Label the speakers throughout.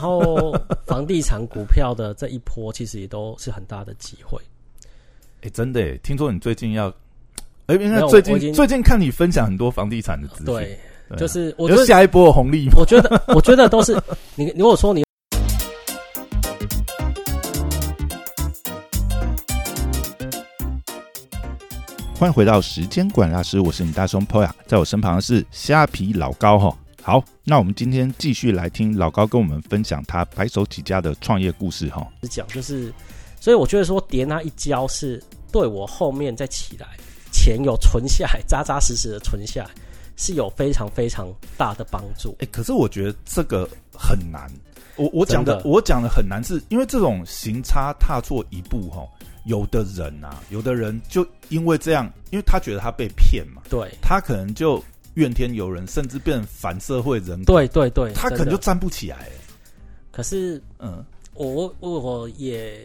Speaker 1: 然后房地产、股票的这一波其实也都是很大的机会。
Speaker 2: 哎、真的耶，听说你最近要，哎、因
Speaker 1: 没
Speaker 2: 为
Speaker 1: 有
Speaker 2: 最
Speaker 1: 我已
Speaker 2: 近
Speaker 1: 经
Speaker 2: 最近看你分享很多房地产的资讯，
Speaker 1: 对，
Speaker 2: 对啊
Speaker 1: 就是我觉
Speaker 2: 有
Speaker 1: 得，
Speaker 2: 下一波的红利吗？
Speaker 1: 我觉得，我觉得都是你。你如果说你
Speaker 3: 欢迎回到时间管大师，我是你大松 Poya，在我身旁的是虾皮老高哈。好，那我们今天继续来听老高跟我们分享他白手起家的创业故事哈。
Speaker 1: 讲，就是，所以我觉得说跌那一跤是对我后面再起来，钱有存下来，扎扎实实的存下来，是有非常非常大的帮助。
Speaker 2: 哎、可是我觉得这个很难。我我讲的
Speaker 1: 真的
Speaker 2: 我讲的很难是，因为这种行差踏错一步哈，有的人啊，有的人就因为这样，因为他觉得他被骗嘛，
Speaker 1: 对，
Speaker 2: 他可能就怨天尤人，甚至变成反社会人格，
Speaker 1: 对，对，对，
Speaker 2: 他可能
Speaker 1: 真
Speaker 2: 就
Speaker 1: 的
Speaker 2: 站不起来。
Speaker 1: 可是
Speaker 2: 嗯，
Speaker 1: 我我我也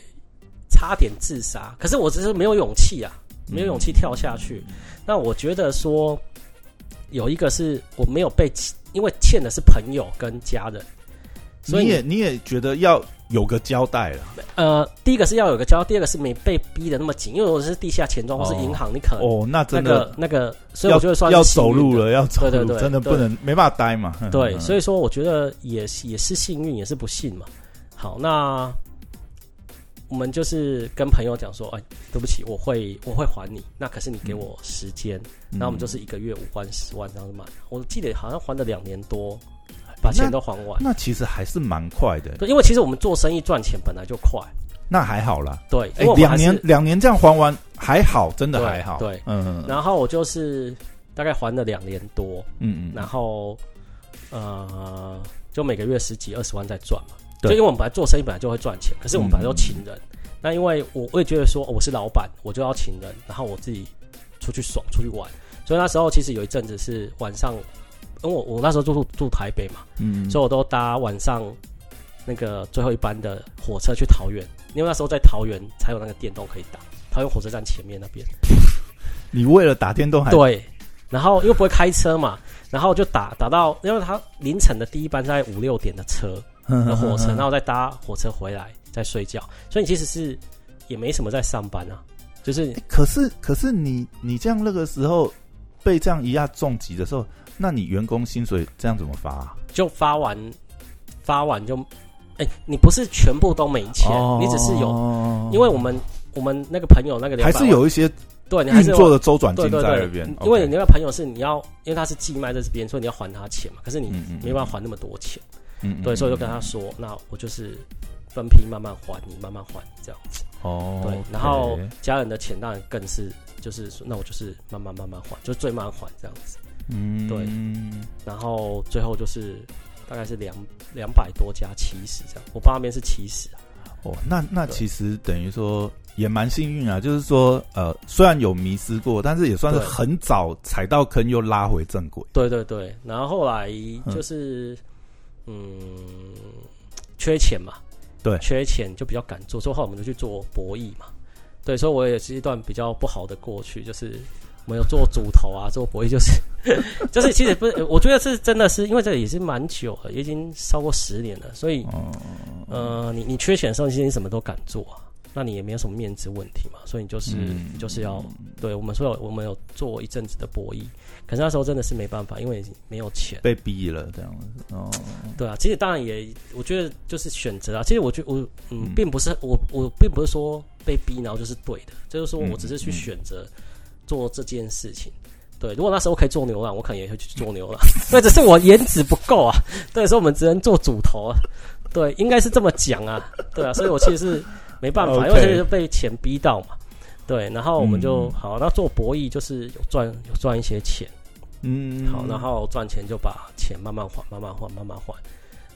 Speaker 1: 差点自杀，可是我只是没有勇气啊，没有勇气跳下去。那我觉得说有一个是我没有被欠，因为欠的是朋友跟家人，所
Speaker 2: 你
Speaker 1: 以
Speaker 2: 也你也觉得要有个交代了。
Speaker 1: 呃，第一个是要有个交，第二个是没被逼的那么紧，因为我是地下钱庄或是银行，你可能
Speaker 2: 哦，那
Speaker 1: 那
Speaker 2: 真的
Speaker 1: 个那个，所以
Speaker 2: 要
Speaker 1: 我觉得算是
Speaker 2: 要
Speaker 1: 幸
Speaker 2: 走
Speaker 1: 运
Speaker 2: 路
Speaker 1: 的。
Speaker 2: 了，要走
Speaker 1: 对对
Speaker 2: 路，
Speaker 1: 对
Speaker 2: 真的不
Speaker 1: 对
Speaker 2: 能没办法待嘛。嗯
Speaker 1: 对，所
Speaker 2: 以
Speaker 1: 以说我觉得也是也是幸运，也是不幸嘛。好，那我们就是跟朋友讲说，哎，对不起，我会我会还你，那可是你给我时间，
Speaker 2: 嗯
Speaker 1: 那我们就是一个月五万十万这样子买，嗯我记得好像还了两年多，把钱都还完。
Speaker 2: 那其实还是蛮快的，
Speaker 1: 对，因为其实我们做生意赚钱本来就快，
Speaker 2: 那还好啦。
Speaker 1: 对，因
Speaker 2: 哎
Speaker 1: 为，我们
Speaker 2: 两
Speaker 1: 还是
Speaker 2: 年两年这样还完还好，真的
Speaker 1: 对
Speaker 2: 还好。
Speaker 1: 对
Speaker 2: 嗯，嗯
Speaker 1: 然后我就是大概还了两年多，
Speaker 2: 嗯
Speaker 1: 然后呃，就每个月十几二十万在赚嘛。就
Speaker 2: 对
Speaker 1: 因为我们本来做生意本来就会赚钱，可是我们本来都
Speaker 2: 嗯
Speaker 1: 请人。那因为我我也觉得说、哦我是老板，我就要请人，然后我自己出去爽出去玩。所以那时候其实有一阵子是晚上，因为我我那时候住住台北嘛，
Speaker 2: 嗯，
Speaker 1: 所以我都搭晚上那个最后一班的火车去桃园，因为那时候在桃园才有那个电动可以打，桃园火车站前面那边。
Speaker 2: 你为了打电动 还
Speaker 1: 对，然后又不会开车嘛，然后就打打到，因为他凌晨的第一班是在五六点的车
Speaker 2: 嗯
Speaker 1: 的火车，
Speaker 2: 嗯嗯
Speaker 1: 然后再搭火车回来再睡觉，所以你其实是也没什么在上班啊，就是
Speaker 2: 哎可是可是你你这样那个时候被这样一下重击的时候，那你员工薪水这样怎么发啊？
Speaker 1: 就发完发完就，哎，你不是全部都没钱，
Speaker 2: 哦
Speaker 1: 你只是有，
Speaker 2: 有
Speaker 1: 因为我们我们那个朋友那个
Speaker 2: 还
Speaker 1: 200
Speaker 2: 是
Speaker 1: 万
Speaker 2: 有一些
Speaker 1: 对你还
Speaker 2: 运
Speaker 1: 是有
Speaker 2: 作的周转金
Speaker 1: 对对
Speaker 2: 在那
Speaker 1: 对
Speaker 2: 边，，
Speaker 1: 因为你
Speaker 2: OK
Speaker 1: 那个朋友是你要，因为他是寄卖在这边，所以你要还他钱嘛，可是你
Speaker 2: 嗯嗯嗯
Speaker 1: 没办法还那么多钱。
Speaker 2: 嗯嗯
Speaker 1: 对，
Speaker 2: 嗯
Speaker 1: 所以我就跟他说，那我就是分批慢慢还，你慢慢还这样。
Speaker 2: 哦，
Speaker 1: 对
Speaker 2: OK，
Speaker 1: 然后家人的钱当然更是，就是说，那我就是慢慢慢慢还，就最慢还这样子。
Speaker 2: 嗯
Speaker 1: 对然后最后就是大概是两两百多加七十这样，我爸那边是七十啊，
Speaker 2: 哦，那那
Speaker 1: 对
Speaker 2: 其实等于说也蛮幸运啊，就是说呃，虽然有迷失过，但是也算是
Speaker 1: 对
Speaker 2: 很早踩到坑，又拉回正轨。
Speaker 1: 对对对。然后后来就是嗯，缺钱嘛，
Speaker 2: 对
Speaker 1: 缺钱就比较敢做，所以后来我们就去做博弈嘛。对，所以我也是一段比较不好的过去，就是我们有做主投啊，做博弈，就是 就是其实不是，我觉得是真的是因为这也是蛮久了，已经超过十年了，所以
Speaker 2: 哦，
Speaker 1: 呃，你你缺钱的时候，其实你什么都敢做啊，那你也没有什么面子问题嘛，所以你就是、
Speaker 2: 嗯
Speaker 1: 你就是要对我们说有我们有做一阵子的博弈，可是那时候真的是没办法，因为没有钱。
Speaker 2: 被逼了这样子。哦，
Speaker 1: 对啊，其实当然也，我觉得就是选择啊。其实我觉我嗯
Speaker 2: 嗯，
Speaker 1: 并不是我我并不是说被逼，然后就是对的，就是说
Speaker 2: 嗯
Speaker 1: 我只是去
Speaker 2: 嗯
Speaker 1: 选择做这件事情。对，如果那时候可以做牛郎，我可能也会去做牛 郎。对，只是我颜值不够啊。对，所以我们只能做主头啊。对，应该是这么讲啊。对啊，所以我其实是没办法，因 为
Speaker 2: OK
Speaker 1: 就是被钱逼到嘛。对，然后我们就、
Speaker 2: 嗯
Speaker 1: 好，那做博弈就是有赚有赚一些钱，
Speaker 2: 嗯，
Speaker 1: 好，然后赚钱就把钱慢慢还，慢慢还，慢慢还。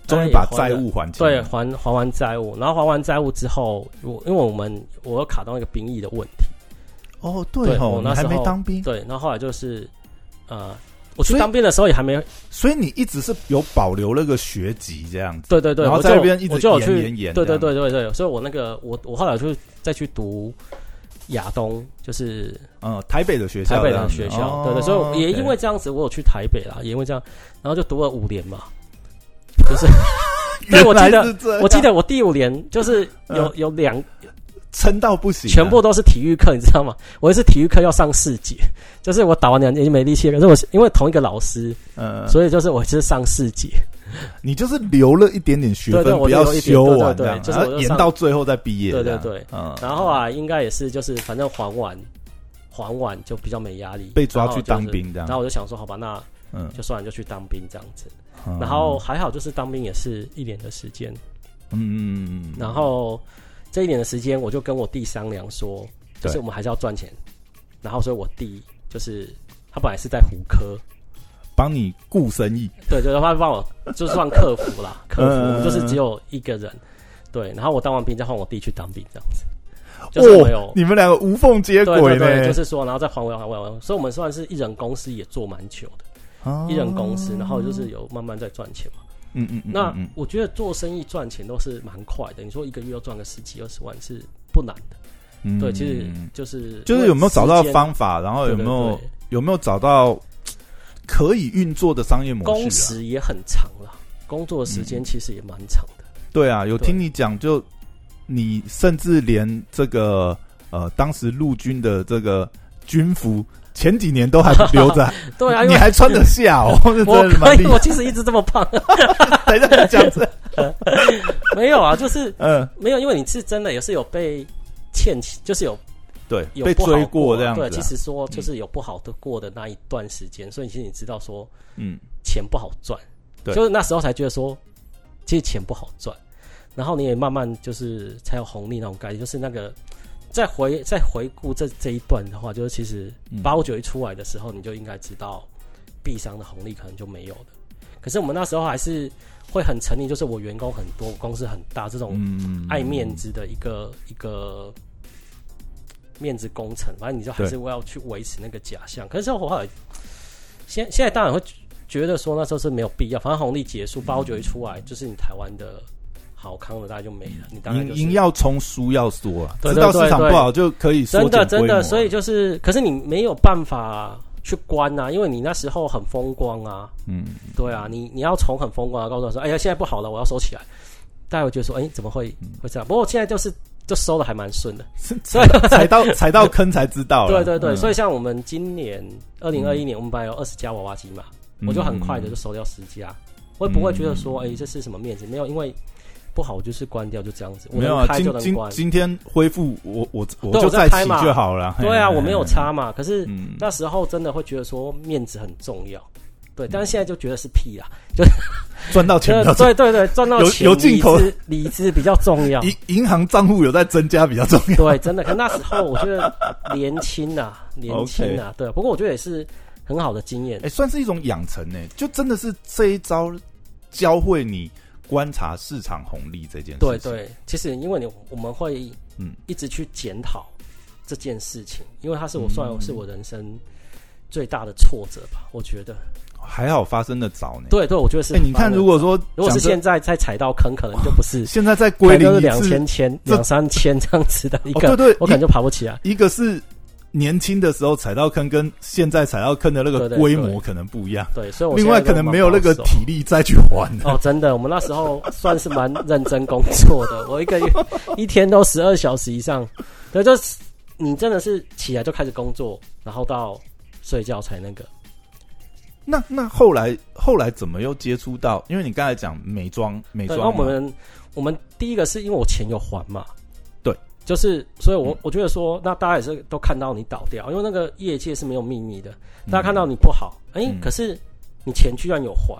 Speaker 2: 终于把债务还清。
Speaker 1: 对，还还完债务，然后还完债务之后，我因为我们我有卡到一个兵役的问题，
Speaker 2: 哦，
Speaker 1: 对
Speaker 2: 对哦，
Speaker 1: 我
Speaker 2: 你
Speaker 1: 那时
Speaker 2: 还
Speaker 1: 候
Speaker 2: 没当兵，
Speaker 1: 对，然后后来就是呃，我去
Speaker 2: 所以
Speaker 1: 当兵的时候也还没，
Speaker 2: 所以你一直是有保留那个学籍这样子。
Speaker 1: 对对对，
Speaker 2: 然后
Speaker 1: 我就
Speaker 2: 在那边一直
Speaker 1: 我就有去，
Speaker 2: 延延延
Speaker 1: 对
Speaker 2: 这
Speaker 1: 对
Speaker 2: 样
Speaker 1: 对对对，所以我那个我我后来就再去读亚东，就是
Speaker 2: 嗯，台北的学校，
Speaker 1: 台北
Speaker 2: 这
Speaker 1: 的
Speaker 2: 样子
Speaker 1: 学
Speaker 2: 哦
Speaker 1: 校，对对，所以也
Speaker 2: OK
Speaker 1: 因为这样子，我有去台北啦，也因为这样，然后就读了五年嘛，就是但我记
Speaker 2: 原来是
Speaker 1: 得，
Speaker 2: 这样
Speaker 1: 我记得我第五年就是
Speaker 2: 嗯
Speaker 1: 有有两
Speaker 2: 撑到不行啊，
Speaker 1: 全部都是体育课，你知道吗？我一次体育课要上四节，就是我打完两节就没力气了。可是我是因为同一个老师，
Speaker 2: 呃，
Speaker 1: 所以就是我是上四节。
Speaker 2: 嗯你就是留了一点点学
Speaker 1: 对
Speaker 2: 分
Speaker 1: 对，我
Speaker 2: 不要
Speaker 1: 留一点
Speaker 2: 修完这
Speaker 1: 对对对
Speaker 2: 样，
Speaker 1: 就是
Speaker 2: 然
Speaker 1: 我
Speaker 2: 后
Speaker 1: 就
Speaker 2: 延
Speaker 1: 上
Speaker 2: 到最后再毕业，
Speaker 1: 对
Speaker 2: 这样
Speaker 1: 对对，
Speaker 2: 嗯，
Speaker 1: 然后啊，应该也是就是反正还完，还完就比较没压力。
Speaker 2: 被抓
Speaker 1: 然后
Speaker 2: 去
Speaker 1: 就是
Speaker 2: 当兵啊这
Speaker 1: 然后
Speaker 2: 样，
Speaker 1: 我就想说，好吧，那
Speaker 2: 嗯，
Speaker 1: 就算了，就去当兵这样子。
Speaker 2: 嗯
Speaker 1: 然后还好，就是当兵也是一年的时间。
Speaker 2: 嗯嗯嗯，
Speaker 1: 然后这一年的时间，我就跟我弟商量说，就是
Speaker 2: 对
Speaker 1: 我们还是要赚钱。然后所以我弟就是他本来是在胡科，
Speaker 2: 帮你顾生意，
Speaker 1: 对，就是他帮我就是算客服 啦，客服
Speaker 2: 嗯
Speaker 1: 我们就是只有一个人。对，然后我当完兵再换我弟去当兵这样子，就是我们有
Speaker 2: 哦，你们两个无缝接
Speaker 1: 对
Speaker 2: 轨
Speaker 1: 对对，就
Speaker 2: 呢，
Speaker 1: 是说，然后再还我还我，所以我们算是一人公司也做蛮久的，
Speaker 2: 啊
Speaker 1: 一人公司，然后就是有慢慢在赚钱嘛。
Speaker 2: 嗯嗯，嗯
Speaker 1: 那
Speaker 2: 嗯嗯
Speaker 1: 我觉得做生意赚钱都是蛮快的，你说一个月要赚个十几二十万是不难的。
Speaker 2: 嗯
Speaker 1: 对，其实
Speaker 2: 嗯
Speaker 1: 就是
Speaker 2: 就是有没有找到方法，然后
Speaker 1: 对
Speaker 2: 有
Speaker 1: 对
Speaker 2: 没有
Speaker 1: 对
Speaker 2: 有没有找到可以运作的商业模
Speaker 1: 工
Speaker 2: 式啊？嗯
Speaker 1: 时也很长了，工作时间其实也蛮长的。
Speaker 2: 对啊，有
Speaker 1: 对
Speaker 2: 听你讲，就你甚至连这个呃，当时陆军的这个军服前几年都还留着，
Speaker 1: 对啊，因
Speaker 2: 你
Speaker 1: 为
Speaker 2: 还穿得 下哦，这
Speaker 1: 我
Speaker 2: 真的
Speaker 1: 可
Speaker 2: 蛮厉
Speaker 1: 以，我
Speaker 2: 害。
Speaker 1: 其实一直这么胖，啊
Speaker 2: 等一下讲 这，
Speaker 1: 没有啊，就是
Speaker 2: 嗯，
Speaker 1: 没有，因为你是真的也是有被欠，就是有
Speaker 2: 对，
Speaker 1: 有
Speaker 2: 被
Speaker 1: 不好
Speaker 2: 追
Speaker 1: 过
Speaker 2: 这样子啊、
Speaker 1: 对，其实说就是有不好的过的那一段时间，所以其实你知道说
Speaker 2: 嗯，
Speaker 1: 钱不好赚，
Speaker 2: 对
Speaker 1: 就是那时候才觉得说，其实钱不好赚，然后你也慢慢就是才有红利那种概念，就是那个再回再回顾这这一段的话，就是其实
Speaker 2: 嗯
Speaker 1: 八五九一出来的时候，你就应该知道币商的红利可能就没有了。可是我们那时候还是会很沉溺，就是我员工很多，我公司很大这种
Speaker 2: 嗯
Speaker 1: 爱面，子的一个一个面子工程，反正你就还是要去维持那个假象。可是我后来，现现在当然会觉得说那时候是没有必要，反正红利结束，八五九一出来，就是你台湾的好康的大概就没了，你当然就
Speaker 2: 赢
Speaker 1: 是
Speaker 2: 赢要冲，输要缩啊，
Speaker 1: 对
Speaker 2: 知
Speaker 1: 对
Speaker 2: 道市场
Speaker 1: 对
Speaker 2: 不好就可以缩
Speaker 1: 真的
Speaker 2: 减
Speaker 1: 真
Speaker 2: 规模
Speaker 1: 的，
Speaker 2: 啊
Speaker 1: 所以就是，可是你没有办法去关啊，因为你那时候很风光啊，
Speaker 2: 嗯，
Speaker 1: 对啊，你你要从很风光啊，告诉他说，哎呀，现在不好了，我要收起来。大家会觉得说，哎、怎么会
Speaker 2: 嗯
Speaker 1: 会这样？不过现在就是就收的还蛮顺的，所以
Speaker 2: 踩到 踩到坑才知道
Speaker 1: 对
Speaker 2: 啦，
Speaker 1: 对对，
Speaker 2: 嗯
Speaker 1: 所以像我们今年二零二一年，我们本来有二十家娃娃机嘛，
Speaker 2: 嗯
Speaker 1: 我就很快的就收掉十家，我也不会觉得说，哎、这是什么面子？没有，因为不好就是关掉，就这样子，我
Speaker 2: 没有
Speaker 1: 能
Speaker 2: 啊，
Speaker 1: 开
Speaker 2: 今
Speaker 1: 就能
Speaker 2: 今
Speaker 1: 关。
Speaker 2: 今天恢复，我我我
Speaker 1: 对
Speaker 2: 就
Speaker 1: 我在
Speaker 2: 再
Speaker 1: 开
Speaker 2: 起
Speaker 1: 嘛
Speaker 2: 就好了。
Speaker 1: 对啊，
Speaker 2: 嘿
Speaker 1: 我没有，差嘛，可
Speaker 2: 嘿
Speaker 1: 是
Speaker 2: 嘿哎嗯，
Speaker 1: 那时候真的会觉得说面子很重要。对，
Speaker 2: 嗯
Speaker 1: 但是现在就觉得是屁 啦，
Speaker 2: 赚到钱
Speaker 1: 对
Speaker 2: 比较重
Speaker 1: 对对对，赚到
Speaker 2: 有
Speaker 1: 钱
Speaker 2: 有镜头
Speaker 1: 理智理智比较重要
Speaker 2: 要，。银银行账户有在增加比较重要。
Speaker 1: 对，真的。可那时候我觉得年轻啊， 年轻啊，对。不过我觉得也是很好的经验
Speaker 2: 哎、。算是一种养成呢、就真的是这一招教会你观察市场红利这件事情。
Speaker 1: 对，对，其实因为你我们会
Speaker 2: 嗯
Speaker 1: 一直去检讨这件事情，因为它是我算
Speaker 2: 嗯
Speaker 1: 是我人生最大的挫折吧，我觉得。
Speaker 2: 还好发生的早呢、
Speaker 1: 对对，我觉得是
Speaker 2: 哎、
Speaker 1: 很
Speaker 2: 你
Speaker 1: 棒的。
Speaker 2: 看，如果说
Speaker 1: 如果是
Speaker 2: 讲真，
Speaker 1: 现在再踩到坑，可能就不是
Speaker 2: 现在再归
Speaker 1: 可能就
Speaker 2: 零
Speaker 1: 是
Speaker 2: 一
Speaker 1: 两
Speaker 2: 次，
Speaker 1: 千千、
Speaker 2: 这
Speaker 1: 两三千这样子的一
Speaker 2: 哦，
Speaker 1: 个，
Speaker 2: 对对，
Speaker 1: 我可能就爬不起来。
Speaker 2: 一一个是年轻的时候踩到坑，跟现在踩到坑的那个
Speaker 1: 对对
Speaker 2: 规
Speaker 1: 对
Speaker 2: 模可能不一样。
Speaker 1: 对，所以我
Speaker 2: 另
Speaker 1: 现
Speaker 2: 外，
Speaker 1: 在
Speaker 2: 可
Speaker 1: 就
Speaker 2: 能
Speaker 1: 蛮
Speaker 2: 没有那
Speaker 1: 保
Speaker 2: 个
Speaker 1: 守
Speaker 2: 体力再去还 了。
Speaker 1: 哦，真的，我们那时候算是蛮认真工作的，我一个月 一天都十二小时以上，对，就是你真的是起来就开始工作，然后到睡觉才那个。
Speaker 2: 那那后来后来怎么又接触到？因为你刚才讲美妆美
Speaker 1: 对，
Speaker 2: 妆
Speaker 1: 然后我
Speaker 2: 嘛，
Speaker 1: 们我们第一个是因为我钱有还嘛，
Speaker 2: 对，
Speaker 1: 就是所以我，我
Speaker 2: 嗯
Speaker 1: 觉得说，那大家也是都看到你倒掉，因为那个业界是没有秘密的，
Speaker 2: 嗯
Speaker 1: 大家看到你不好，哎、
Speaker 2: 嗯
Speaker 1: 可是你钱居然有还，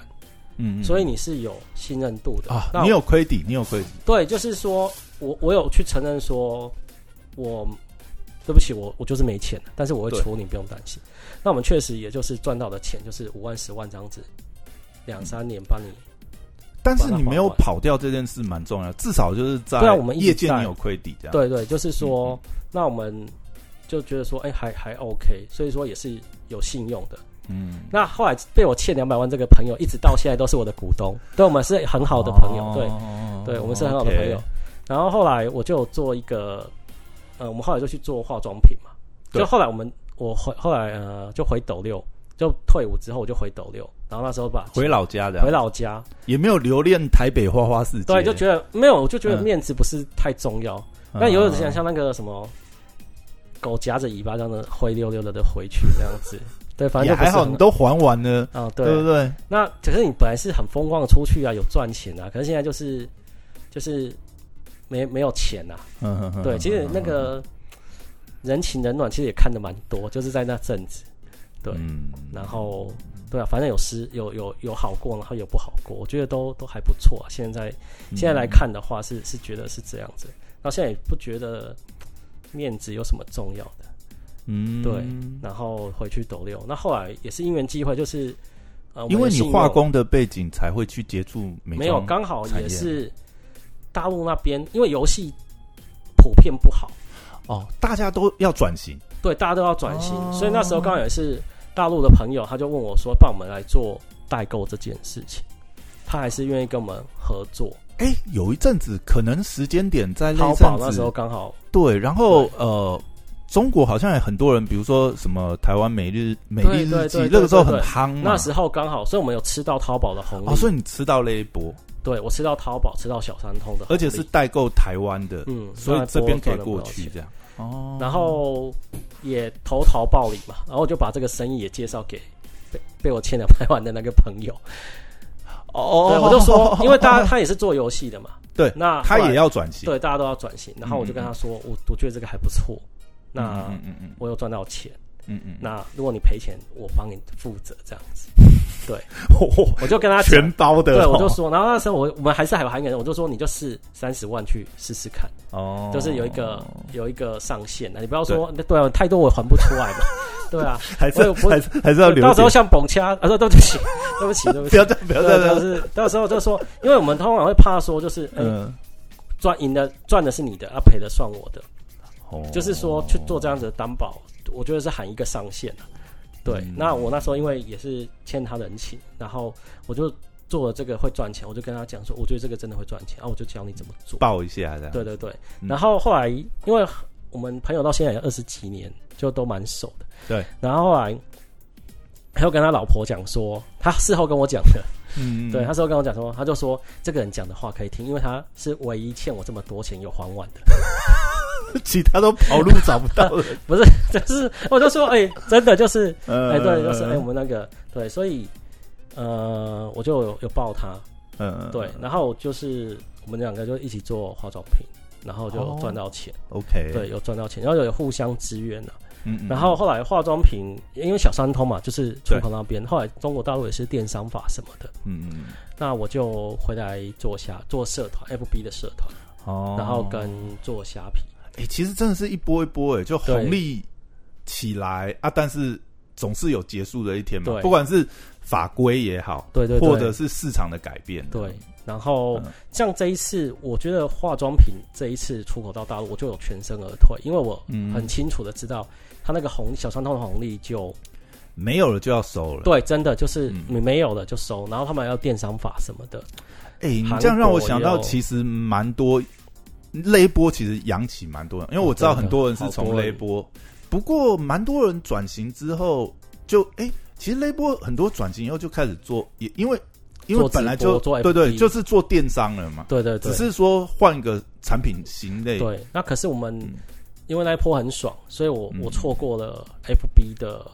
Speaker 2: 嗯，嗯
Speaker 1: 所以你是有信任度的
Speaker 2: 啊，
Speaker 1: 那
Speaker 2: 你有亏底，你有亏底，
Speaker 1: 对，就是说我我有去承认说，我对不起，我我就是没钱，但是我会
Speaker 2: 对
Speaker 1: 处理，不用担心。那我们确实也就是赚到的钱就是五万、十万这样子，两三年帮你。
Speaker 2: 但是你没有
Speaker 1: 把它还完
Speaker 2: 跑掉这件事蛮重要，至少就是在
Speaker 1: 对啊我们一直
Speaker 2: 业界
Speaker 1: 在
Speaker 2: 你有亏底这样。，
Speaker 1: 对对，就是说，那我们就觉得说，哎、还还 OK，所以说也是有信用的。
Speaker 2: 嗯，
Speaker 1: 那后来被我欠两百万这个朋友，一直到现在都是我的股东，对我们是很好的朋友，对。
Speaker 2: 哦
Speaker 1: 对，我们是很好的朋友
Speaker 2: OK。
Speaker 1: 然后后来我就有做一个，呃，我们后来就去做化妆品嘛。
Speaker 2: 对
Speaker 1: 就后来我们我回后来呃就回斗六，就退伍之后我就回斗六，然后那时候把
Speaker 2: 回老家的，
Speaker 1: 回老家，
Speaker 2: 也没有留恋台北花花世界，
Speaker 1: 对，就觉得没有，我就觉得
Speaker 2: 嗯
Speaker 1: 面子不是太重要。
Speaker 2: 嗯
Speaker 1: 那有点像像那个什么狗夹着尾巴这样的灰溜溜的的回去那样 子，对，反
Speaker 2: 也
Speaker 1: 正就不
Speaker 2: 还
Speaker 1: 是
Speaker 2: 好，
Speaker 1: 很
Speaker 2: 你都还完了，
Speaker 1: 啊，
Speaker 2: 对
Speaker 1: 对。
Speaker 2: 嗯不对？
Speaker 1: 那可是你本来是很风光的出去啊，有赚钱啊，可是现在就是就是没没有钱啊。
Speaker 2: 嗯嗯嗯，
Speaker 1: 对，其实那个人情冷暖其实也看的蛮多，就是在那阵子，对
Speaker 3: 嗯，
Speaker 1: 然后
Speaker 2: 嗯
Speaker 1: 对啊，反正有失有有有好过，然后有不好过，我觉得都都还不错、啊。现在现在来
Speaker 2: 嗯
Speaker 1: 看的话是，是觉得是这样子，到现在也不觉得面子有什么重要的。
Speaker 2: 嗯，
Speaker 1: 对然后回去斗六，那后来也是因缘机会，就是呃，我
Speaker 2: 因为
Speaker 1: 也是
Speaker 2: 你化工的背景才会去接触美
Speaker 1: 没有
Speaker 2: 妆
Speaker 1: 刚好也
Speaker 2: 产业
Speaker 1: 是大陆那边，因为游戏普遍不好，
Speaker 2: 哦，大家都要转型，
Speaker 1: 对，大家都要转型，
Speaker 2: 哦
Speaker 1: 所以那时候刚好也是大陆的朋友，他就问我说，帮我们来做代购这件事情，他还是愿意跟我们合作。
Speaker 2: 哎，有一阵子可能时间点在那
Speaker 1: 淘
Speaker 2: 一
Speaker 1: 宝
Speaker 2: 阵
Speaker 1: 那时
Speaker 2: 子
Speaker 1: 候刚好
Speaker 2: 对，然后呃，中国好像也很多人，比如说什么台湾每日每日
Speaker 1: 对
Speaker 2: 日记
Speaker 1: 对对，
Speaker 2: 那个时候
Speaker 1: 对
Speaker 2: 很
Speaker 1: 对
Speaker 2: 夯嘛，
Speaker 1: 那时候刚好，所以我们有吃到淘宝的红利。
Speaker 2: 哦，所以你吃到了一波，
Speaker 1: 对我吃到淘宝，吃到小三通的红利，
Speaker 2: 而且是代购台湾的，
Speaker 1: 嗯，
Speaker 2: 所以这边可以
Speaker 1: 赚了
Speaker 2: 过去
Speaker 1: 不少钱
Speaker 2: 这样。哦，
Speaker 1: 然后也投桃报李嘛，然后我就把这个生意也介绍给被被我欠了拍完的那个朋友。
Speaker 2: 哦，
Speaker 1: 对，我就说，因为大家他也是做游戏的嘛，
Speaker 2: 对
Speaker 1: 那后
Speaker 2: 他
Speaker 1: 来
Speaker 2: 也要转型，
Speaker 1: 对大家都要转型，然后我就跟他说，我我觉得这个还不错，那
Speaker 2: 嗯嗯嗯嗯
Speaker 1: 我有赚到钱，
Speaker 2: 嗯嗯，
Speaker 1: 那如果你赔钱，我帮你负责这样 子。
Speaker 2: 哦
Speaker 1: 我就跟他讲
Speaker 2: 全包的哦，
Speaker 1: 对，我就说，然后那时候我我们还是海涵人，我就说你就试三十万去试试看，
Speaker 2: 哦，
Speaker 1: 就是有一个有一个上限的，你不要说对啊，太多我还不出来嘛， 对啊，
Speaker 2: 还
Speaker 1: 我
Speaker 2: 是
Speaker 1: 有不
Speaker 2: 还是还是要留
Speaker 1: 到
Speaker 2: 点，
Speaker 1: 时候像蹦掐 啊，对对不起，对不起，对不
Speaker 2: 不
Speaker 1: 起
Speaker 2: 要。再不要
Speaker 1: 对，
Speaker 2: 再这
Speaker 1: 就
Speaker 2: 样，
Speaker 1: 是到时候就说，因为我们通常会怕说，就是嗯，
Speaker 2: 嗯，
Speaker 1: 赚赢的赚的是你的，啊赔的算我的，
Speaker 2: 哦
Speaker 1: 就是说去做这样子的担保，我觉得是含一个上限啊对，
Speaker 2: 嗯
Speaker 1: 那我那时候因为也是欠他人情，然后我就做了这个会赚钱，我就跟他讲说，我觉得这个真的会赚钱啊，我就教你怎么做。
Speaker 2: 报一下这样，
Speaker 1: 对对对，
Speaker 2: 嗯
Speaker 1: 然后后来因为我们朋友到现在也二十几年，就都蛮熟的。
Speaker 2: 对，
Speaker 1: 然后后来他又跟他老婆讲说，他事后跟我讲的，
Speaker 2: 嗯，嗯
Speaker 1: 对，他事后跟我讲说，他就说这个人讲的话可以听，因为他是唯一欠我这么多钱有还完的，
Speaker 2: 其他都跑路找不到了，
Speaker 1: 不是，就是我就说，哎、真的就是，哎、
Speaker 2: 哎
Speaker 1: 对，就是哎、我们那个对，所以呃，我就有有抱他，
Speaker 2: 嗯，
Speaker 1: 对，然后就是我们两个就一起做化妆品。然后就
Speaker 2: 哦
Speaker 1: 赚到钱，
Speaker 2: ，OK，
Speaker 1: 对，有赚到钱，然后有互相支援啊。
Speaker 2: 嗯，嗯，
Speaker 1: 然后后来化妆品，因为小三通嘛，就是出
Speaker 2: 对
Speaker 1: 口那边，后来中国大陆也是电商法什么的，
Speaker 2: 嗯嗯，
Speaker 1: 那我就回来做虾，做社团 FB 的社团，
Speaker 2: 哦，
Speaker 1: 然后跟做虾皮，
Speaker 2: 哎、其实真的是一波一波哎、就红利起来啊，但是总是有结束的一天嘛，
Speaker 1: 对
Speaker 2: 不管是法规也好，
Speaker 1: 对对对，
Speaker 2: 或者是市场的改变，
Speaker 1: 对，然后
Speaker 2: 嗯
Speaker 1: 像这一次，我觉得化妆品这一次出口到大陆，我就有全身而退，因为我
Speaker 2: 嗯
Speaker 1: 很清楚的知道，它那个红小三通的红利就
Speaker 2: 没有了就要收了。
Speaker 1: 对，真的就是
Speaker 2: 嗯
Speaker 1: 你没有了就收，然后他们还要电商法什么的，
Speaker 2: 哎、你
Speaker 1: 韩
Speaker 2: 这样让我
Speaker 1: 国
Speaker 2: 想到，
Speaker 1: 有
Speaker 2: 其实蛮多勒波其实养起蛮多人，因为我知道
Speaker 1: 哦真的
Speaker 2: 很多人是
Speaker 1: 好
Speaker 2: 从
Speaker 1: 多人
Speaker 2: 勒波，不过蛮多人转型之后就哎、其实勒波很多转型以后就开始做，也因为因为
Speaker 1: 做直
Speaker 2: 本来
Speaker 1: 播
Speaker 2: 就
Speaker 1: 做
Speaker 2: 对对，
Speaker 1: FB
Speaker 2: 就是做电商了嘛，
Speaker 1: 对对对，
Speaker 2: 只是说换个产品型类，
Speaker 1: 对，那可是我们
Speaker 2: 嗯
Speaker 1: 因为那一波很爽，所以我我
Speaker 2: 嗯
Speaker 1: 错过了 FB 的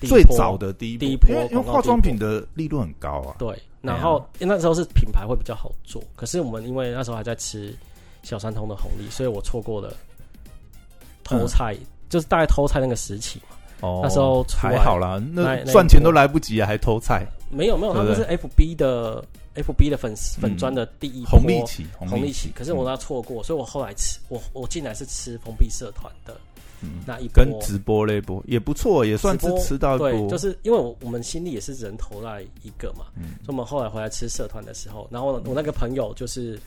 Speaker 1: 第一
Speaker 2: 最
Speaker 1: 波
Speaker 2: 早的第一波，
Speaker 1: 第一波
Speaker 2: 因为因为
Speaker 1: 广告
Speaker 2: 化妆
Speaker 1: 第一
Speaker 2: 品的利润很高啊，嗯
Speaker 1: 对，然后、因为那时候是品牌会比较好做，可是我们因为那时候还在吃小三通的红利，所以我错过了偷菜，
Speaker 2: 嗯
Speaker 1: 就是大概偷菜那个时期嘛。
Speaker 2: 哦
Speaker 1: 那时候出来
Speaker 2: 还好啦，
Speaker 1: 那
Speaker 2: 那
Speaker 1: 那一
Speaker 2: 赚钱
Speaker 1: 波
Speaker 2: 都来不及啊，还偷菜，
Speaker 1: 没有没有，他
Speaker 2: 对不嗯
Speaker 1: 们是 FB 的 FB 的粉丝粉砖的第一波
Speaker 2: 红利期，嗯
Speaker 1: 红利
Speaker 2: 利
Speaker 1: 期，可是我那错过，所以我后来吃我我进来是吃封闭社团的
Speaker 2: 嗯
Speaker 1: 那一波。
Speaker 2: 跟直播那一波也不错，也算是
Speaker 1: 直播
Speaker 2: 吃到一
Speaker 1: 对，
Speaker 2: 波，
Speaker 1: 就是因为我我们心里也是人头那一个嘛，
Speaker 2: 嗯
Speaker 1: 所以我们后来回来吃社团的时候，然后我那个朋友就是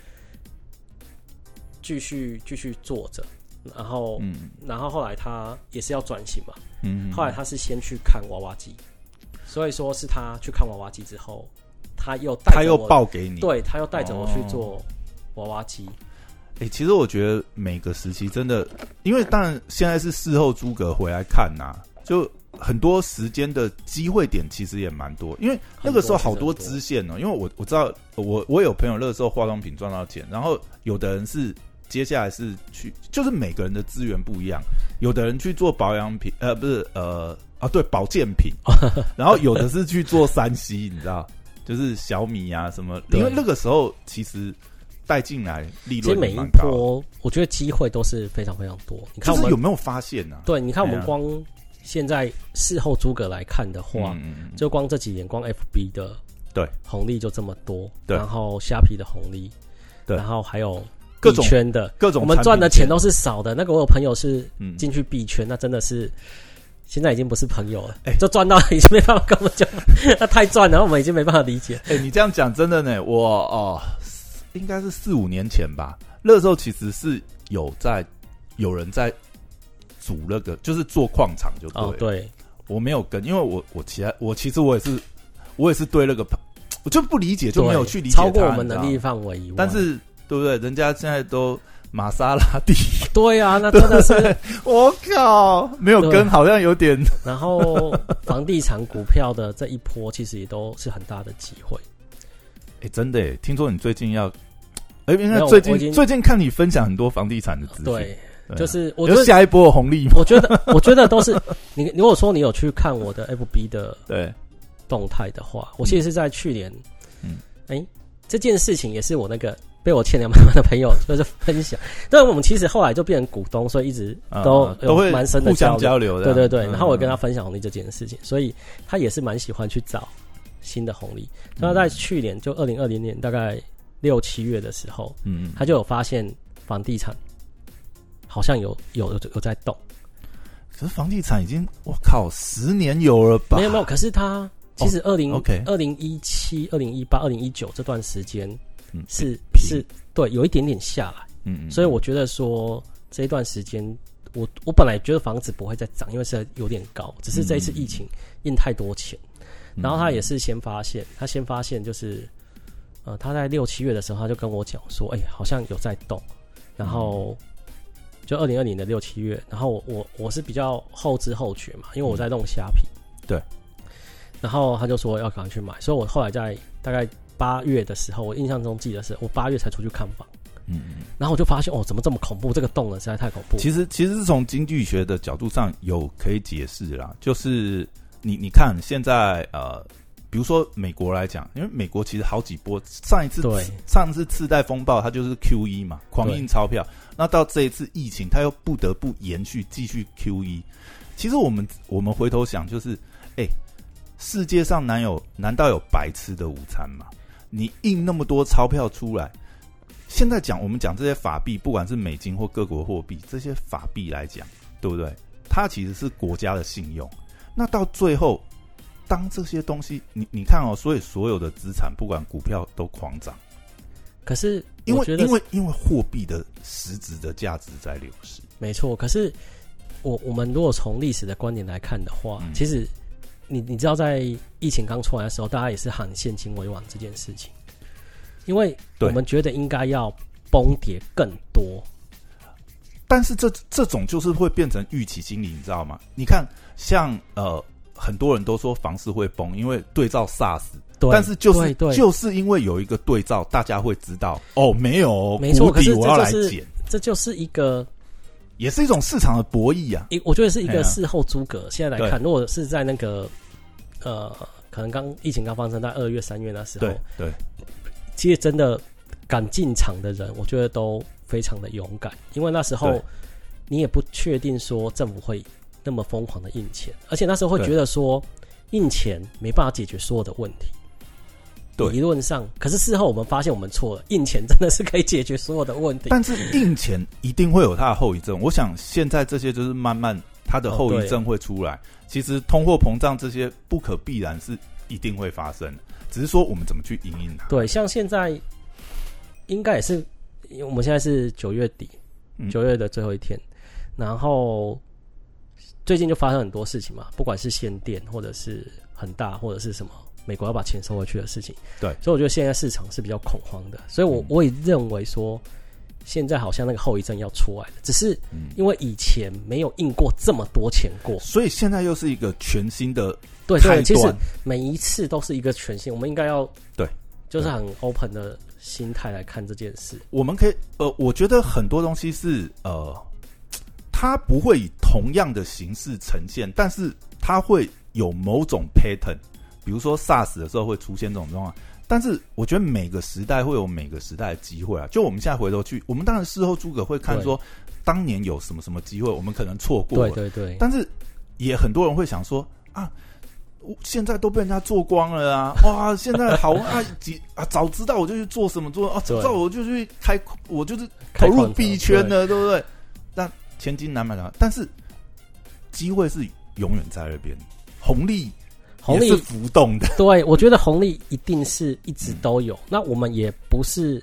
Speaker 1: 继续继续坐着，然后、
Speaker 2: 嗯
Speaker 1: 然后后来他也是要转型嘛，
Speaker 2: 嗯，
Speaker 1: 后来他是先去看娃娃机，所以说是他去看娃娃机之后，他又带着
Speaker 2: 他又
Speaker 1: 我，
Speaker 2: 报给你，
Speaker 1: 对他又带着我去
Speaker 2: 哦
Speaker 1: 做娃娃机，
Speaker 2: 哎、其实我觉得每个时期真的，因为当然现在是事后诸葛回来看呐、就很多时间的机会点其实也蛮多，因为那个时候好多支线哦、因为我我知道我我有朋友那个时候化妆品赚到钱，然后有的人是接下来是去，就是每个人的资源不一样，有的人去做保养品，呃，不是呃啊对保健 品，然后有的是去做山西，你知道，就是小米啊什么，因为
Speaker 1: 对
Speaker 2: 那个时候其实带进来利
Speaker 1: 其实
Speaker 2: 润
Speaker 1: 每
Speaker 2: 也
Speaker 1: 一
Speaker 2: 蛮高的，
Speaker 1: 波，我觉得机会都是非常非常多。你看
Speaker 2: 就
Speaker 1: 我
Speaker 2: 是有
Speaker 1: 们，
Speaker 2: 没有发现呢、啊？
Speaker 1: 对，你看我
Speaker 2: 哎
Speaker 1: 们
Speaker 2: 呀
Speaker 1: 光现在事后诸葛来看的话，
Speaker 2: 嗯，嗯嗯
Speaker 1: 就光这几年，光 FB 的
Speaker 2: 对
Speaker 1: 红利就这么多，
Speaker 2: 对
Speaker 1: 然后虾皮的红利，
Speaker 2: 对
Speaker 1: 然后还有
Speaker 2: 各
Speaker 1: 币
Speaker 2: 种
Speaker 1: 圈的，
Speaker 2: 各种
Speaker 1: 我们
Speaker 2: 产
Speaker 1: 赚
Speaker 2: 品
Speaker 1: 的钱都是少的。那个我有朋友是
Speaker 2: 嗯
Speaker 1: 进去币圈，那真的是现在已经不是朋友了，
Speaker 2: 哎
Speaker 1: 就赚到 已经没办法跟我们讲，那太赚了，我们已经没办法理解。
Speaker 2: 哎、你这样讲真的呢，我哦，四应该是四五年前吧。那时候其实是有在有人在组那个，就是做矿场就对了。
Speaker 1: 哦，对，
Speaker 2: 我没有跟，因为我我其他我其实我也是我也是对那个，我就不理解，就没有
Speaker 1: 对
Speaker 2: 去理解
Speaker 1: 超过
Speaker 2: 它
Speaker 1: 我们
Speaker 2: 你知道
Speaker 1: 能力啊范围以外。
Speaker 2: 但是对不对？人家现在都玛莎拉蒂，
Speaker 1: 对啊，那真的是。
Speaker 2: 我靠，没有
Speaker 1: 对
Speaker 2: 跟，好像有点
Speaker 1: 然后房地产、股票的这一波，其实也都是很大的机会。
Speaker 2: 哎、真的耶，听说你最近要，哎、因
Speaker 1: 没
Speaker 2: 为
Speaker 1: 有
Speaker 2: 最
Speaker 1: 我已
Speaker 2: 近
Speaker 1: 经
Speaker 2: 最近看你分享很多房地产的资讯，
Speaker 1: 对，
Speaker 2: 对啊
Speaker 1: 就是我觉
Speaker 2: 有
Speaker 1: 得
Speaker 2: 下一波的红利吗？
Speaker 1: 我觉得， 我觉得都是你。如果说你有去看我的 FB 的
Speaker 2: 对，
Speaker 1: 动态的话，我其实是在去年，
Speaker 2: 嗯
Speaker 1: 嗯，哎、这件事情也是我那个被我欠两百万的朋友就是分享。但我们其实后来就变成股东，所以一直
Speaker 2: 嗯
Speaker 1: 都
Speaker 2: 嗯
Speaker 1: 有
Speaker 2: 都会
Speaker 1: 蛮深的
Speaker 2: 互
Speaker 1: 交
Speaker 2: 相
Speaker 1: 流。
Speaker 2: 交流的，
Speaker 1: 对对对，
Speaker 2: 嗯
Speaker 1: 然后我跟他，分享红利这件事情，所以他也是蛮喜欢去找新的红利。那在去年就二零二零年大概六七月的时候，
Speaker 2: 嗯，
Speaker 1: 他就有发现房地产好像有有有有在动。
Speaker 2: 可是房地产已经，我靠，十年有了吧？哦
Speaker 1: 没有没有，可是他其实二零
Speaker 2: OK
Speaker 1: 二零一七、二零一八、二零一九这段时间
Speaker 2: 嗯，
Speaker 1: 是
Speaker 2: 平
Speaker 1: 是对有一点点下来，
Speaker 2: 嗯，嗯
Speaker 1: 所以我觉得说这一段时间，我我本来觉得房子不会再涨，因为是有点高，只是这一次疫情印太多钱，
Speaker 2: 嗯
Speaker 1: 然后他也是先发现，他先发现就是，呃，他在六七月的时候他就跟我讲说，哎、好像有在动，然后。
Speaker 2: 嗯
Speaker 1: 就二零二零的六七月，然后我我我是比较后知后觉嘛，因为我在弄虾皮，
Speaker 2: 嗯对。
Speaker 1: 然后他就说要赶快去买，所以我后来在大概八月的时候，我印象中记得是我八月才出去看房，
Speaker 2: 嗯嗯，
Speaker 1: 然后我就发现哦，怎么这么恐怖？这个动了实在太恐怖。
Speaker 2: 其实其实是从经济学的角度上有可以解释啦，就是你你看现在呃。比如说美国来讲，因为美国其实好几波，上一次
Speaker 1: 对
Speaker 2: 上次次贷风暴它就是 Q E 嘛，狂印钞票，那到这一次疫情，它又不得不延续继续 Q E。其实我们我们回头想，就是哎、世界上难有难道有白吃的午餐吗？你印那么多钞票出来，现在讲我们讲这些法币，不管是美金或各国货币，这些法币来讲，对不对？它其实是国家的信用。那到最后，当这些东西，你你看哦，所以所有的资产，不管股票都狂涨，
Speaker 1: 可是
Speaker 2: 因
Speaker 1: 我
Speaker 2: 为
Speaker 1: 觉得
Speaker 2: 因为因为货币的实质的价值在流失。
Speaker 1: 没错，可是我我们如果从历史的观点来看的话，
Speaker 2: 嗯
Speaker 1: 其实你你知道，在疫情刚出来的时候，大家也是喊现金为王这件事情，因为
Speaker 2: 对
Speaker 1: 我们觉得应该要崩跌更多。
Speaker 2: 但是这这种就是会变成预期心理，你知道吗？你看，像呃，很多人都说房市会崩，因为对照 SARS，
Speaker 1: 对，
Speaker 2: 但是就
Speaker 1: 对
Speaker 2: 是
Speaker 1: 对
Speaker 2: 就是因为有一个对照，大家会知道哦，没有哦，
Speaker 1: 没错
Speaker 2: 谷底
Speaker 1: 可是这
Speaker 2: 我要来
Speaker 1: 就是
Speaker 2: 减，
Speaker 1: 这就是一个
Speaker 2: 也是一种市场的博弈啊。
Speaker 1: 一，我觉得是一
Speaker 2: 对啊
Speaker 1: 个事后诸葛。现在来看，如果是在那个呃，可能刚疫情刚发生在二月、三月那时候
Speaker 2: 对，对，
Speaker 1: 其实真的敢进场的人，我觉得都非常的勇敢，因为那时
Speaker 2: 对
Speaker 1: 候你也不确定说政府会那么疯狂的印钱，而且那时候会
Speaker 2: 对
Speaker 1: 觉得说印钱没办法解决所有的问题。
Speaker 2: 对
Speaker 1: 理论上，可是事后我们发现我们错了，印钱真的是可以解决所有的问题。
Speaker 2: 但是印钱一定会有它的后遗症。我想现在这些就是慢慢它的后遗症会出来。其实通货膨胀这些不可避然是一定会发生的，只是说我们怎么去应应它。
Speaker 1: 对，像现在应该也是，因为我们现在是九月底，
Speaker 2: 嗯
Speaker 1: 九月的最后一天，然后最近就发生很多事情嘛，不管是限电，或者是恒大，或者是什么美国要把钱收回去的事情。
Speaker 2: 对
Speaker 1: 所以我觉得现在市场是比较恐慌的，所以我、
Speaker 2: 嗯
Speaker 1: 我也认为说，现在好像那个后遗症要出来了，只是因为以前没有印过这么多钱过，
Speaker 2: 嗯所以现在又是一个全新的
Speaker 1: 对
Speaker 2: 判
Speaker 1: 对，其实
Speaker 2: 断，
Speaker 1: 每一次都是一个全新，我们应该要
Speaker 2: 对，
Speaker 1: 就是很 open 的心态来看这件事。
Speaker 2: 我们可以呃，我觉得很多东西是呃，它不会以同样的形式呈现，但是它会有某种 pattern，比如说 SARS 的时候会出现这种状况。但是我觉得每个时代会有每个时代的机会啊。就我们现在回头去，我们当然事后诸葛会看说，当年有什么什么机会，我们可能错过
Speaker 1: 对
Speaker 2: 了。
Speaker 1: 对对，
Speaker 2: 但是也很多人会想说啊，我现在都被人家做光了啊，哇，现 在好啊，几啊，早知道我就去做什么做啊，早
Speaker 1: 对
Speaker 2: 知道我就去开，我就是
Speaker 1: 开
Speaker 2: 投入
Speaker 1: 矿
Speaker 2: 币
Speaker 1: 场
Speaker 2: 圈
Speaker 1: 对
Speaker 2: 了，对不对？那千金难买早知道，但是机会是永远在那边，红利
Speaker 1: 红
Speaker 2: 也是
Speaker 1: 利
Speaker 2: 浮动的，
Speaker 1: 对，我觉得红利一定是一直
Speaker 2: 嗯
Speaker 1: 都有。那我们也不是，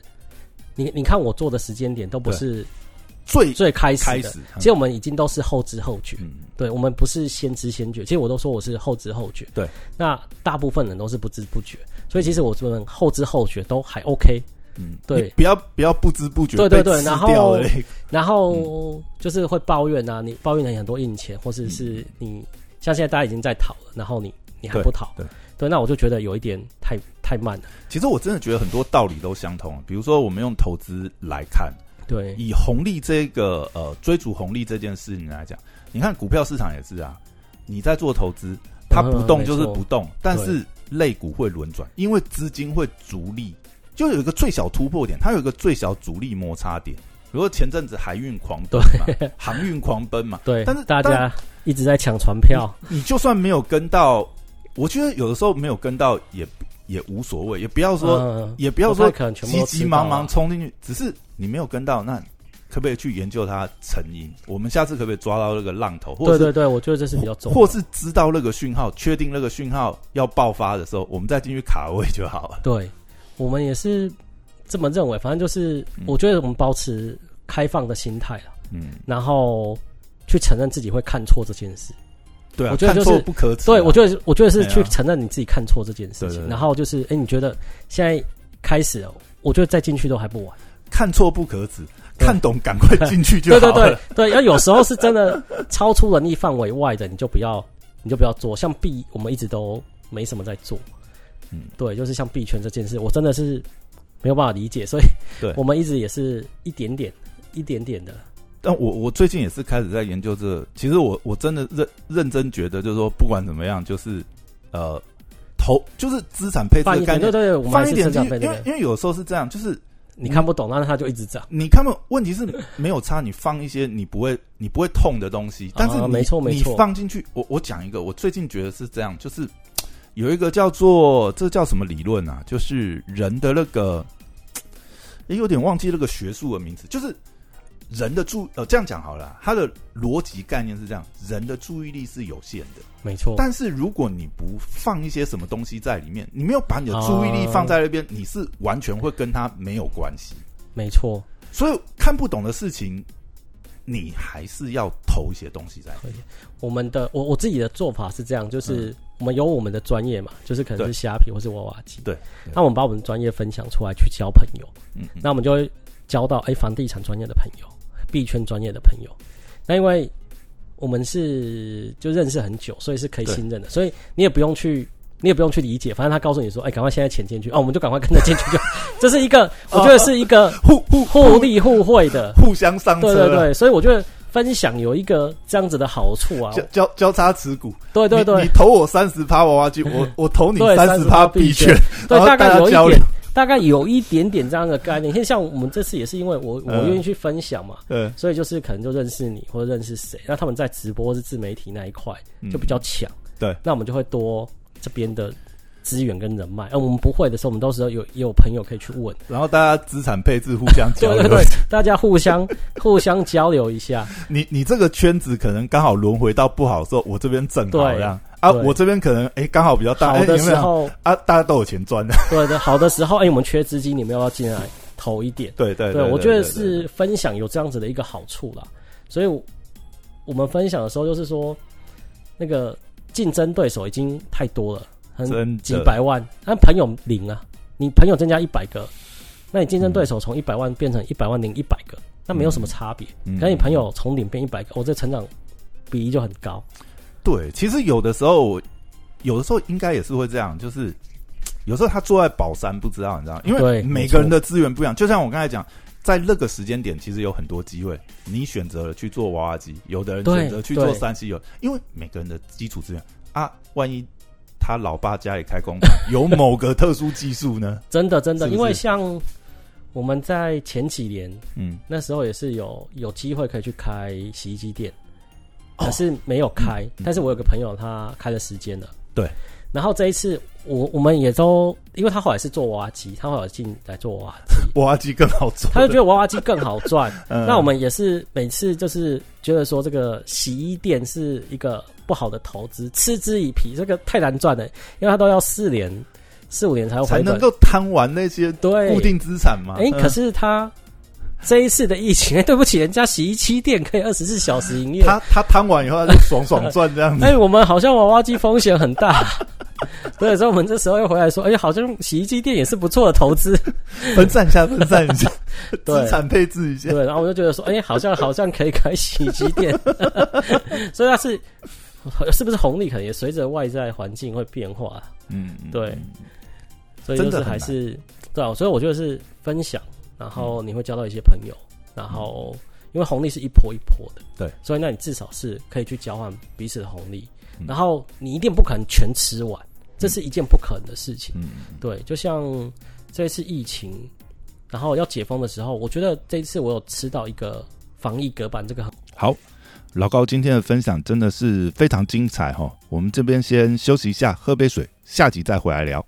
Speaker 1: 你你看我做的时间点都不
Speaker 2: 对
Speaker 1: 是
Speaker 2: 最
Speaker 1: 最开始
Speaker 2: 开
Speaker 1: 的，
Speaker 2: 始，
Speaker 1: 其实我们已经都是后知后觉。
Speaker 2: 嗯，
Speaker 1: 对，我们不是先知先觉，其实我都说我是后知后觉。
Speaker 2: 对，
Speaker 1: 那大部分人都是不知不觉，所以其实我们后知后觉都还 OK。
Speaker 2: 嗯，
Speaker 1: 对
Speaker 2: 你不要不要不知不觉
Speaker 1: 对对对
Speaker 2: 被吃
Speaker 1: 然后
Speaker 2: 掉了
Speaker 1: 然后就是会抱怨啊，你抱怨你很多印钱，或
Speaker 2: 嗯
Speaker 1: 者是你像现在大家已经在讨了，然后你你还不讨，
Speaker 2: 对对
Speaker 1: 那我就觉得有一点太太慢了。
Speaker 2: 其实我真的觉得很多道理都相同，比如说我们用投资来看。
Speaker 1: 对，
Speaker 2: 以红利这个呃追逐红利这件事情来讲，你看股票市场也是啊，你在做投资，它
Speaker 1: 嗯
Speaker 2: 不动就是不动，但是类股会轮转，因为资金会逐利，就有一个最小突破点，它有一个最小阻力摩擦点。比如说前阵子海运狂奔嘛，航运狂奔嘛，
Speaker 1: 对，
Speaker 2: 但是
Speaker 1: 大
Speaker 2: 但
Speaker 1: 家一直在抢船票，
Speaker 2: 你就算没有跟到，我觉得有的时候没有跟到也也无所谓，也不要说、
Speaker 1: 嗯
Speaker 2: 也不要
Speaker 1: 不太
Speaker 2: 说
Speaker 1: 可能全部
Speaker 2: 急
Speaker 1: 都
Speaker 2: 急
Speaker 1: 吃到
Speaker 2: 忙
Speaker 1: 啊
Speaker 2: 忙冲进去，只是你没有跟到，那可不可以去研究它成因？我们下次可不可以抓到那个浪头，或
Speaker 1: 对
Speaker 2: 者
Speaker 1: 对对，我觉得这是比较
Speaker 2: 是
Speaker 1: 重要，
Speaker 2: 或是知道那个讯号，确定那个讯号要爆发的时候，我们再进去卡位就好了。
Speaker 1: 对，我们也是这么认为。反正就是，
Speaker 2: 嗯
Speaker 1: 我觉得我们保持开放的心态啊，
Speaker 2: 嗯，
Speaker 1: 然后去承认自己会看错这件事。
Speaker 2: 对啊，
Speaker 1: 我觉得
Speaker 2: 看
Speaker 1: 就是
Speaker 2: 错不可耻啊、
Speaker 1: 对，我觉得是我觉得是
Speaker 2: 对啊
Speaker 1: 去承认你自己看错这件事
Speaker 2: 对对
Speaker 1: 情，
Speaker 2: 对
Speaker 1: 然后就是，哎，你觉得现在开始了，我觉得再进去都还不晚。
Speaker 2: 看错不可耻，
Speaker 1: 对
Speaker 2: 看懂赶快进去就
Speaker 1: 对
Speaker 2: 好
Speaker 1: 对
Speaker 2: 了。
Speaker 1: 对对，要有时候是真的超出能力范围外的，你就不要你就不要做。像币，我们一直都没什么在做，
Speaker 2: 嗯，
Speaker 1: 对，就是像币圈这件事，我真的是没有办法理解，所以
Speaker 2: 对
Speaker 1: 我们一直也是一点点一点点的，
Speaker 2: 但我我最近也是开始在研究这个其实我我真的认认真觉得，就是说不管怎么样，就是呃投就是资产配置
Speaker 1: 放
Speaker 2: 的
Speaker 1: 一
Speaker 2: 概
Speaker 1: 点，对对
Speaker 2: 念。
Speaker 1: 对，我们还
Speaker 2: 放一
Speaker 1: 是
Speaker 2: 点
Speaker 1: 增长
Speaker 2: 进去，
Speaker 1: 费
Speaker 2: 因
Speaker 1: 那
Speaker 2: 为
Speaker 1: 个，
Speaker 2: 因为有时候是这样，就是
Speaker 1: 你看不懂，但是它就一直涨，
Speaker 2: 你看不问题是没有差，你放一些你不会你不会痛的东西，但是你
Speaker 1: 啊没错没错
Speaker 2: 你放进去，我我讲一个，我最近觉得是这样，就是有一个叫做这叫什么理论啊，就是人的那个，也有点忘记那个学术的名字，就是人的注呃这样讲好了啊，它的逻辑概念是这样，人的注意力是有限的，
Speaker 1: 没错，
Speaker 2: 但是如果你不放一些什么东西在里面，你没有把你的注意力放在那边，你是完全会跟它没有关系。
Speaker 1: 没错，
Speaker 2: 所以看不懂的事情，你还是要投一些东西在。
Speaker 1: 我们的我我自己的做法是这样，就是我们有我们的专业嘛，就是可能
Speaker 2: 嗯对
Speaker 1: 是虾皮或是娃娃机，
Speaker 2: 对对
Speaker 1: 那我们把我们专业分享出来去交朋友，
Speaker 2: 嗯，嗯
Speaker 1: 那我们就会交到哎、房地产专业的朋友，币圈专业的朋友。那因为我们是就认识很久，所以是可以
Speaker 2: 对
Speaker 1: 信任的，所以你也不用去，你也不用去理解，反正他告诉你说，哎、赶快现在钱进去哦，我们就赶快跟着进去 就，这是一个我觉得是一个
Speaker 2: 互互
Speaker 1: 互利互惠的，
Speaker 2: 互相上
Speaker 1: 对
Speaker 2: 车啊
Speaker 1: 对
Speaker 2: 了，
Speaker 1: 对，所以我觉得分享有一个这样子的好处啊，
Speaker 2: 交交交叉持股。
Speaker 1: 对对
Speaker 2: 你
Speaker 1: 对
Speaker 2: 你，投我三十趴娃娃机， 我我投你
Speaker 1: 对
Speaker 2: 三十趴
Speaker 1: 30%币
Speaker 2: 圈
Speaker 1: 圈，对，
Speaker 2: 然后
Speaker 1: 大
Speaker 2: 大
Speaker 1: 概
Speaker 2: 家
Speaker 1: 有
Speaker 2: 交
Speaker 1: 一
Speaker 2: 流
Speaker 1: 点，大概有一点点这样的概念。现在像我们这次也是因为我我
Speaker 2: 嗯
Speaker 1: 愿意去分享嘛，
Speaker 2: 呃，
Speaker 1: 所以就是可能就认识你或者认识谁，那他们在直播是自媒体那一块
Speaker 2: 嗯
Speaker 1: 就比较强，
Speaker 2: 对，
Speaker 1: 那我们就会多这边的资源跟人脉。而呃我们不会的时候，我们到时候有也有朋友可以去问，
Speaker 2: 然后大家资产配置互相
Speaker 1: 对
Speaker 2: 交
Speaker 1: 对
Speaker 2: 流
Speaker 1: 对。，大家互相 互相交流一下，
Speaker 2: 你你这个圈子可能刚好轮回到不好的时候，我这边正好
Speaker 1: 对
Speaker 2: 这样啊，
Speaker 1: 对
Speaker 2: 我这边可能哎刚好比较大，
Speaker 1: 好
Speaker 2: 哎
Speaker 1: 的
Speaker 2: 有没
Speaker 1: 时
Speaker 2: 有
Speaker 1: 候，
Speaker 2: 啊？大家都有钱赚的，
Speaker 1: 对对，好的时候，哎，我们缺资金，你们要不要进来投一点？
Speaker 2: 对对
Speaker 1: 对，我觉
Speaker 2: 对
Speaker 1: 得
Speaker 2: 对
Speaker 1: 是分享有这样子的一个好处啦。所以我我们分享的时候，就是说那个竞争对手已经太多了，很
Speaker 2: 真的
Speaker 1: 几百万，那朋友零啊，你朋友增加一百个，那你竞争对
Speaker 2: 嗯
Speaker 1: 手从一百万变成一百万零一百个，那没有什么差别。
Speaker 3: 嗯
Speaker 1: 可是你朋友从零变一百个，我、这成长比例就很高。
Speaker 2: 对，其实有的时候我，有的时候应该也是会这样，就是有时候他坐在宝山不知道，你知道吗，因为
Speaker 1: 对
Speaker 2: 每个人的资源不一样。就像我刚才讲，在那个时间点，其实有很多机会，你选择了去做娃娃机，有的人
Speaker 1: 对
Speaker 2: 选择去做
Speaker 1: 对
Speaker 2: 三 C 有，因为每个人的基础资源啊，万一他老爸家里开工厂，有某个特殊技术呢？
Speaker 1: 真的真的，
Speaker 2: 是不是
Speaker 1: 因为像我们在前几年
Speaker 2: 嗯，
Speaker 1: 那时候也是有有机会可以去开洗衣机店，
Speaker 2: 哦
Speaker 1: 可是没有开。
Speaker 2: 嗯
Speaker 1: 但是我有个朋友他开了时间了，
Speaker 2: 对。
Speaker 1: 然后这一次我我们也都，因为他后来是做娃娃机，他后来进来做 娃娃机，
Speaker 2: 娃娃机更好做的，
Speaker 1: 他就觉得娃娃机更好赚。
Speaker 2: 嗯
Speaker 1: 那我们也是每次就是觉得说这个洗衣店是一个不好的投资，嗤之以鼻，这个太难赚了，因为他都要四年、四五年才会
Speaker 2: 才
Speaker 1: 回
Speaker 2: 能
Speaker 1: 本。
Speaker 2: 够摊完那些
Speaker 1: 对，
Speaker 2: 固定资产嘛。
Speaker 1: 哎、
Speaker 2: 嗯
Speaker 1: 可是他这一次的疫情，哎、 对不起，人家洗衣机店可以二十四小时营业。
Speaker 2: 他他摊完以后，他就爽 爽赚这样子
Speaker 1: 哎、。我们好像娃娃机风险很大， 对，所以我们这时候又回来说，哎、好像洗衣机店也是不错的投资，
Speaker 2: 分散一下，分散一下，
Speaker 1: 对
Speaker 2: 资产配置一下。
Speaker 1: 对，然后我就觉得说，哎、好像好像可以开洗衣机店， 所以它是是不是红利可能也随着外在环境会变化，
Speaker 2: 嗯，嗯
Speaker 1: 对
Speaker 2: 嗯
Speaker 1: 所以就
Speaker 2: 真的
Speaker 1: 是
Speaker 2: 很
Speaker 1: 还
Speaker 2: 难嗯
Speaker 1: 是对啊，所以我觉得是分享，然后你会交到一些朋友，然后因为红利是一波一波的，
Speaker 2: 对，
Speaker 1: 所以那你至少是可以去交换彼此的红利，
Speaker 2: 嗯
Speaker 1: 然后你一定不可能全吃完，这是一件不可能的事情。
Speaker 2: 嗯，
Speaker 1: 对，就像这次疫情，然后要解封的时候，我觉得这一次我有吃到一个防疫隔板这个很
Speaker 3: 好，老高今天的分享真的是非常精彩哈、哦，我们这边先休息一下，喝杯水，下集再回来聊。